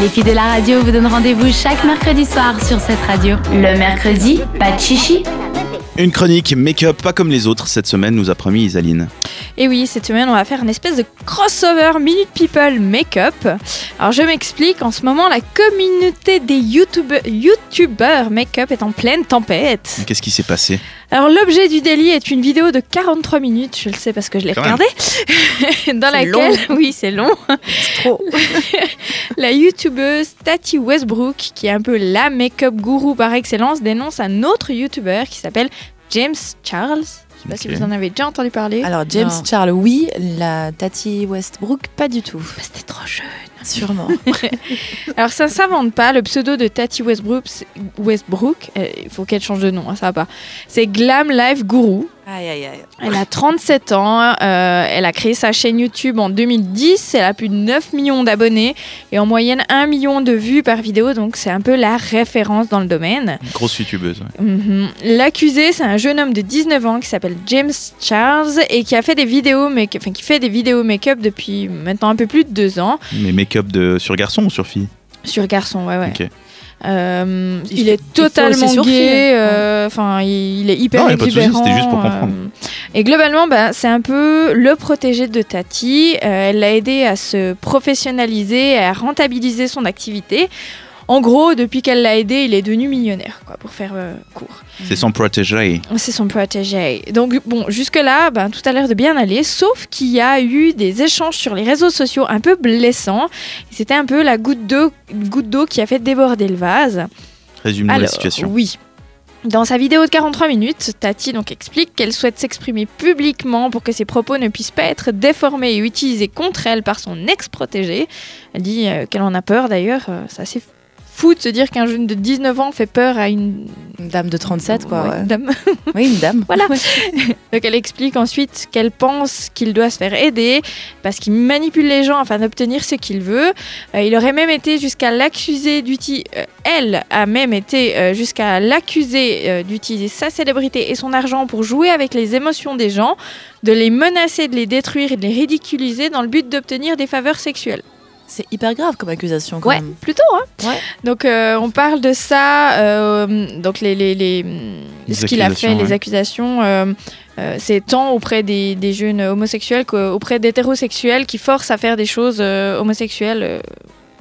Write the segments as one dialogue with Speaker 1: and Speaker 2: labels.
Speaker 1: Les filles de la radio vous donnent rendez-vous chaque mercredi soir sur cette radio. Le mercredi, pas de chichi.
Speaker 2: Une chronique make-up pas comme les autres cette semaine nous a promis Isaline.
Speaker 3: Et oui, cette semaine, on va faire une espèce de crossover Minute People Makeup. Alors, je m'explique, en ce moment, la communauté des youtubeurs YouTubeurs Makeup est en pleine tempête.
Speaker 2: Qu'est-ce qui s'est passé
Speaker 3: Alors, l'objet du délit est une vidéo de 43 minutes, je le sais parce que je l'ai
Speaker 2: Quand même.
Speaker 3: regardée, dans laquelle, oui, c'est long, la youtubeuse Tati Westbrook, qui est un peu la make-up gourou par excellence, dénonce un autre youtubeur qui s'appelle James Charles. Je sais pas
Speaker 2: Ok.
Speaker 3: si vous en avez déjà entendu parler.
Speaker 4: Alors James
Speaker 3: Non.
Speaker 4: Charles, oui, la Tati Westbrook, pas du tout,
Speaker 3: Bah, C'était trop jeune.
Speaker 4: sûrement.
Speaker 3: Alors ça ne s'invente pas, le pseudo de Tati Westbrook, c'est- Westbrook euh, il faut qu'elle change de nom, hein, ça va pas. C'est Glam Life Guru.
Speaker 4: aïe aïe aïe.
Speaker 3: Elle a 37 ans, euh, elle a créé sa chaîne YouTube en 2010, elle a plus de 9 millions d'abonnés et en moyenne 1 million de vues par vidéo, donc c'est un peu la référence dans le domaine.
Speaker 2: Une grosse youtubeuse. ouais.
Speaker 3: Mhm. L'accusé, c'est un jeune homme de 19 ans qui s'appelle James Charles et qui a fait des vidéos make enfin, qui fait des vidéos make-up depuis maintenant un peu plus de deux ans
Speaker 2: Mais make-up de... sur garçon ou sur fille
Speaker 3: sur garçon, ouais ouais.
Speaker 2: Ok.
Speaker 3: Euh, il,
Speaker 4: Il fait- il
Speaker 3: est
Speaker 4: faut
Speaker 3: totalement
Speaker 4: aussi sur fille,
Speaker 3: gay,
Speaker 4: hein.
Speaker 3: euh, enfin il, il est hyper
Speaker 2: Non, y a pas de souci,
Speaker 3: exubérant.
Speaker 2: c'était juste pour comprendre.
Speaker 3: euh, et globalement, bah, c'est un peu le protégé de Tati. Euh, elle l'a aidé à se professionnaliser, à rentabiliser son activité. En gros, depuis qu'elle l'a aidé, il est devenu millionnaire, quoi, pour faire euh, court.
Speaker 2: C'est sans protéger.
Speaker 3: C'est son protégé. Donc bon, jusque-là, ben, tout a l'air de bien aller, sauf qu'il y a eu des échanges sur les réseaux sociaux un peu blessants. C'était un peu la goutte d'eau goutte d'eau qui a fait déborder le vase.
Speaker 2: Résume-nous la situation.
Speaker 3: oui. Dans sa vidéo de 43 minutes, Tati donc explique qu'elle souhaite s'exprimer publiquement pour que ses propos ne puissent pas être déformés et utilisés contre elle par son ex-protégé. Elle dit euh, qu'elle en a peur d'ailleurs, euh, c'est assez fou de se dire qu'un jeune de 19 ans fait peur à une,
Speaker 4: Une dame de 37 quoi.
Speaker 3: Ouais,
Speaker 4: ouais.
Speaker 3: une dame
Speaker 4: Oui, une dame.
Speaker 3: voilà. Donc elle explique ensuite qu'elle pense qu'il doit se faire aider parce qu'il manipule les gens afin d'obtenir ce qu'il veut. Euh, il aurait même été jusqu'à l'accuser d'utiliser. elle a même été euh, jusqu'à l'accuser euh, d'utiliser sa célébrité et son argent pour jouer avec les émotions des gens, de les menacer, de les détruire et de les ridiculiser dans le but d'obtenir des faveurs sexuelles.
Speaker 4: C'est hyper grave comme accusation quand
Speaker 3: Ouais,
Speaker 4: même.
Speaker 3: plutôt. Hein.
Speaker 4: Ouais.
Speaker 3: Donc euh, on parle de ça, euh, donc les, les, les-
Speaker 2: Les
Speaker 3: ce qu'il a fait,
Speaker 2: accusations,
Speaker 3: les
Speaker 2: ouais.
Speaker 3: accusations, euh, euh, c'est tant auprès des, des jeunes homosexuels qu'auprès d'hétérosexuels qui forcent à faire des choses euh, homosexuelles euh,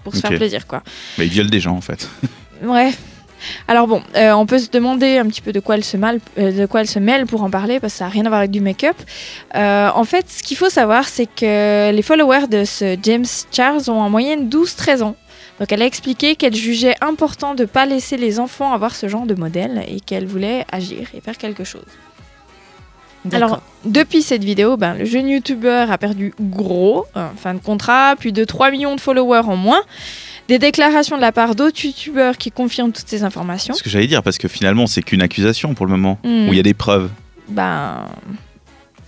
Speaker 3: pour se
Speaker 2: Ok.
Speaker 3: faire plaisir, quoi.
Speaker 2: Bah, il viole des gens en fait.
Speaker 3: Ouais. Alors bon, euh, on peut se demander un petit peu de quoi elle se mêle, euh, de quoi elle se mêle pour en parler parce que ça n'a rien à voir avec du make-up. Euh, en fait, ce qu'il faut savoir, c'est que les followers de ce James Charles ont en moyenne 12-13 ans. Donc elle a expliqué qu'elle jugeait important de ne pas laisser les enfants avoir ce genre de modèle et qu'elle voulait agir et faire quelque chose.
Speaker 4: D'accord.
Speaker 3: Alors, depuis cette vidéo, ben, le jeune youtubeur a perdu gros, euh, fin de contrat, plus de 3 millions de followers en moins, des déclarations de la part d'autres youtubeurs qui confirment toutes ces informations.
Speaker 2: Ce que j'allais dire, parce que finalement, c'est qu'une accusation pour le moment,
Speaker 3: Hmm,
Speaker 2: où il y a des preuves.
Speaker 3: Ben, a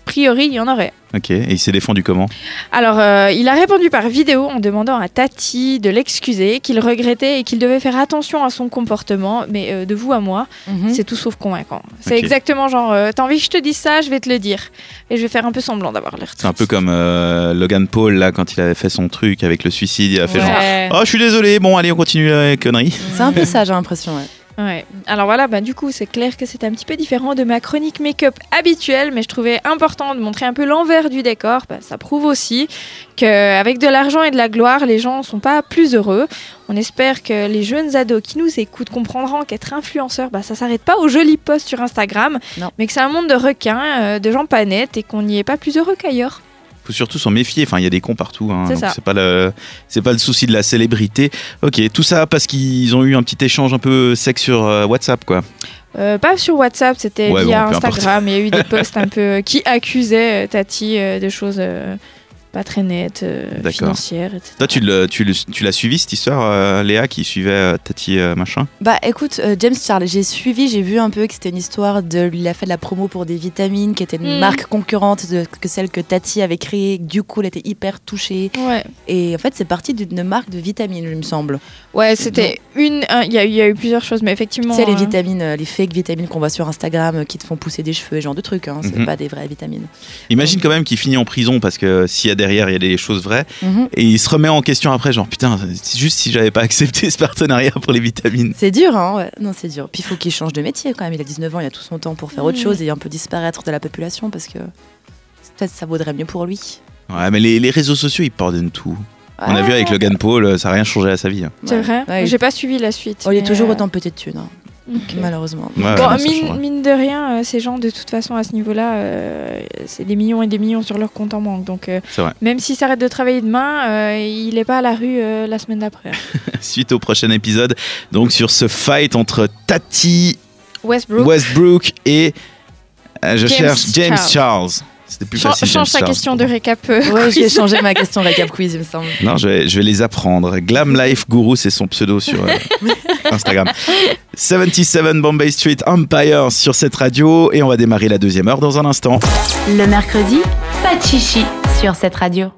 Speaker 3: priori, il y en aurait.
Speaker 2: Ok, et il s'est défendu comment
Speaker 3: Alors, euh, il a répondu par vidéo en demandant à Tati de l'excuser, qu'il regrettait et qu'il devait faire attention à son comportement, mais euh, de vous à moi,
Speaker 4: Mhm.
Speaker 3: c'est tout sauf convaincant. C'est
Speaker 2: Hmm. Ok.
Speaker 3: exactement genre, euh, t'as envie que je te dise ça, je vais te le dire. Et je vais faire un peu semblant d'avoir l'air
Speaker 2: C'est un peu
Speaker 3: triste.
Speaker 2: comme euh, Logan Paul, là, quand il avait fait son truc avec le suicide, il a fait genre
Speaker 3: Ouais.
Speaker 2: Oh, je suis désolé, bon, allez, on continue les conneries.
Speaker 4: C'est un peu ça, j'ai l'impression. ouais.
Speaker 3: Ouais. Alors voilà, bah, du coup, c'est clair que c'est un petit peu différent de ma chronique make-up habituelle, mais je trouvais important de montrer un peu l'envers du décor. Bah, ça prouve aussi qu'avec de l'argent et de la gloire, les gens ne sont pas plus heureux. On espère que les jeunes ados qui nous écoutent comprendront qu'être influenceur, bah, ça s'arrête pas aux jolis posts sur Instagram,
Speaker 4: Non.
Speaker 3: mais que c'est un monde de requins, euh, de gens pas nets et qu'on n'y est pas plus heureux qu'ailleurs.
Speaker 2: Faut surtout s'en méfier, enfin, il y a des cons partout. hein,
Speaker 3: C'est
Speaker 2: donc
Speaker 3: ça.
Speaker 2: c'est pas, le... c'est pas le souci de la célébrité. Ok, tout ça parce qu'ils ont eu un petit échange un peu sec sur euh, WhatsApp, quoi.
Speaker 3: Euh, pas sur WhatsApp, c'était
Speaker 2: Ouais,
Speaker 3: via
Speaker 2: bon, peu importe.
Speaker 3: Instagram. Il y a eu des posts un peu qui accusaient euh, Tati euh, de choses euh, pas très nettes, euh,
Speaker 2: D'accord.
Speaker 3: financières, etc.
Speaker 2: Toi, tu, le- tu, le- tu l'as suivi cette histoire, euh, Léa, qui suivait euh, Tati euh, machin
Speaker 4: Bah écoute, euh, James Charles, j'ai suivi, j'ai vu un peu que c'était une histoire de. Il a fait de la promo pour des vitamines, qui était une
Speaker 3: Mhm.
Speaker 4: marque concurrente de, que celle que Tati avait créée. Du coup, elle était hyper touchée.
Speaker 3: Ouais,
Speaker 4: Et en fait, c'est parti d'une marque de vitamines, il me semble.
Speaker 3: ouais c'était une. un- Il y, a eu- il y a eu plusieurs choses, mais effectivement.
Speaker 4: Tu sais, les
Speaker 3: euh,
Speaker 4: vitamines, euh, les fake vitamines qu'on voit sur Instagram euh, qui te font pousser des cheveux, ce genre de trucs. Hein, c'est
Speaker 2: Mhm.
Speaker 4: pas des vraies vitamines.
Speaker 2: Imagine quand même qu'il finit en prison parce que s'il y a derrière, il y a des choses vraies.
Speaker 4: Mhm.
Speaker 2: Et il se remet en question après, genre putain, c'est juste si j'avais pas accepté ce partenariat pour les vitamines.
Speaker 4: C'est dur, hein ouais. Non, c'est dur. Puis il faut qu'il change de métier quand même. Il a 19 ans, il a tout son temps pour faire autre
Speaker 3: Mm.
Speaker 4: chose et un peu disparaître de la population parce que peut-être ça vaudrait mieux pour lui.
Speaker 2: Ouais, mais les, les réseaux sociaux, ils pardonnent tout. On a vu avec Logan Paul, euh, ça n'a rien changé à sa vie. hein.
Speaker 3: euh, C'est
Speaker 4: Ouais.
Speaker 3: vrai
Speaker 4: Ouais,
Speaker 3: J'ai pas suivi la suite.
Speaker 4: Oh, il est
Speaker 3: mais,
Speaker 4: toujours
Speaker 3: euh,
Speaker 4: autant petit de thunes, hein,
Speaker 3: ok.
Speaker 4: malheureusement.
Speaker 2: Ouais, ouais,
Speaker 3: Bon,
Speaker 2: non, ça
Speaker 3: mine,
Speaker 2: change rien.
Speaker 3: mine de rien, euh, ces gens, de toute façon, à ce niveau-là, euh, c'est des millions et des millions sur leur compte en banque. Donc, euh,
Speaker 2: C'est vrai.
Speaker 3: même s'il s'arrête de travailler demain, euh, il n'est pas à la rue euh, la semaine d'après.
Speaker 2: Suite au prochain épisode, donc sur ce fight entre Tati
Speaker 3: Westbrook,
Speaker 2: Westbrook et euh, je
Speaker 3: James
Speaker 2: cherche James
Speaker 3: Charles.
Speaker 2: Charles. C'était plus
Speaker 3: chan-
Speaker 2: facile.
Speaker 3: change
Speaker 2: James
Speaker 3: sa
Speaker 2: Charles.
Speaker 3: question de récap. euh,
Speaker 4: Ouais, j'ai changé ma question avec Cap Quiz, il me semble.
Speaker 2: Non, je vais, je vais les apprendre. Glam Life Guru, c'est son pseudo sur euh, Instagram. 77 Bombay Street Empire sur cette radio. Et on va démarrer la deuxième heure dans un instant.
Speaker 1: Le mercredi, pas de chichi sur cette radio.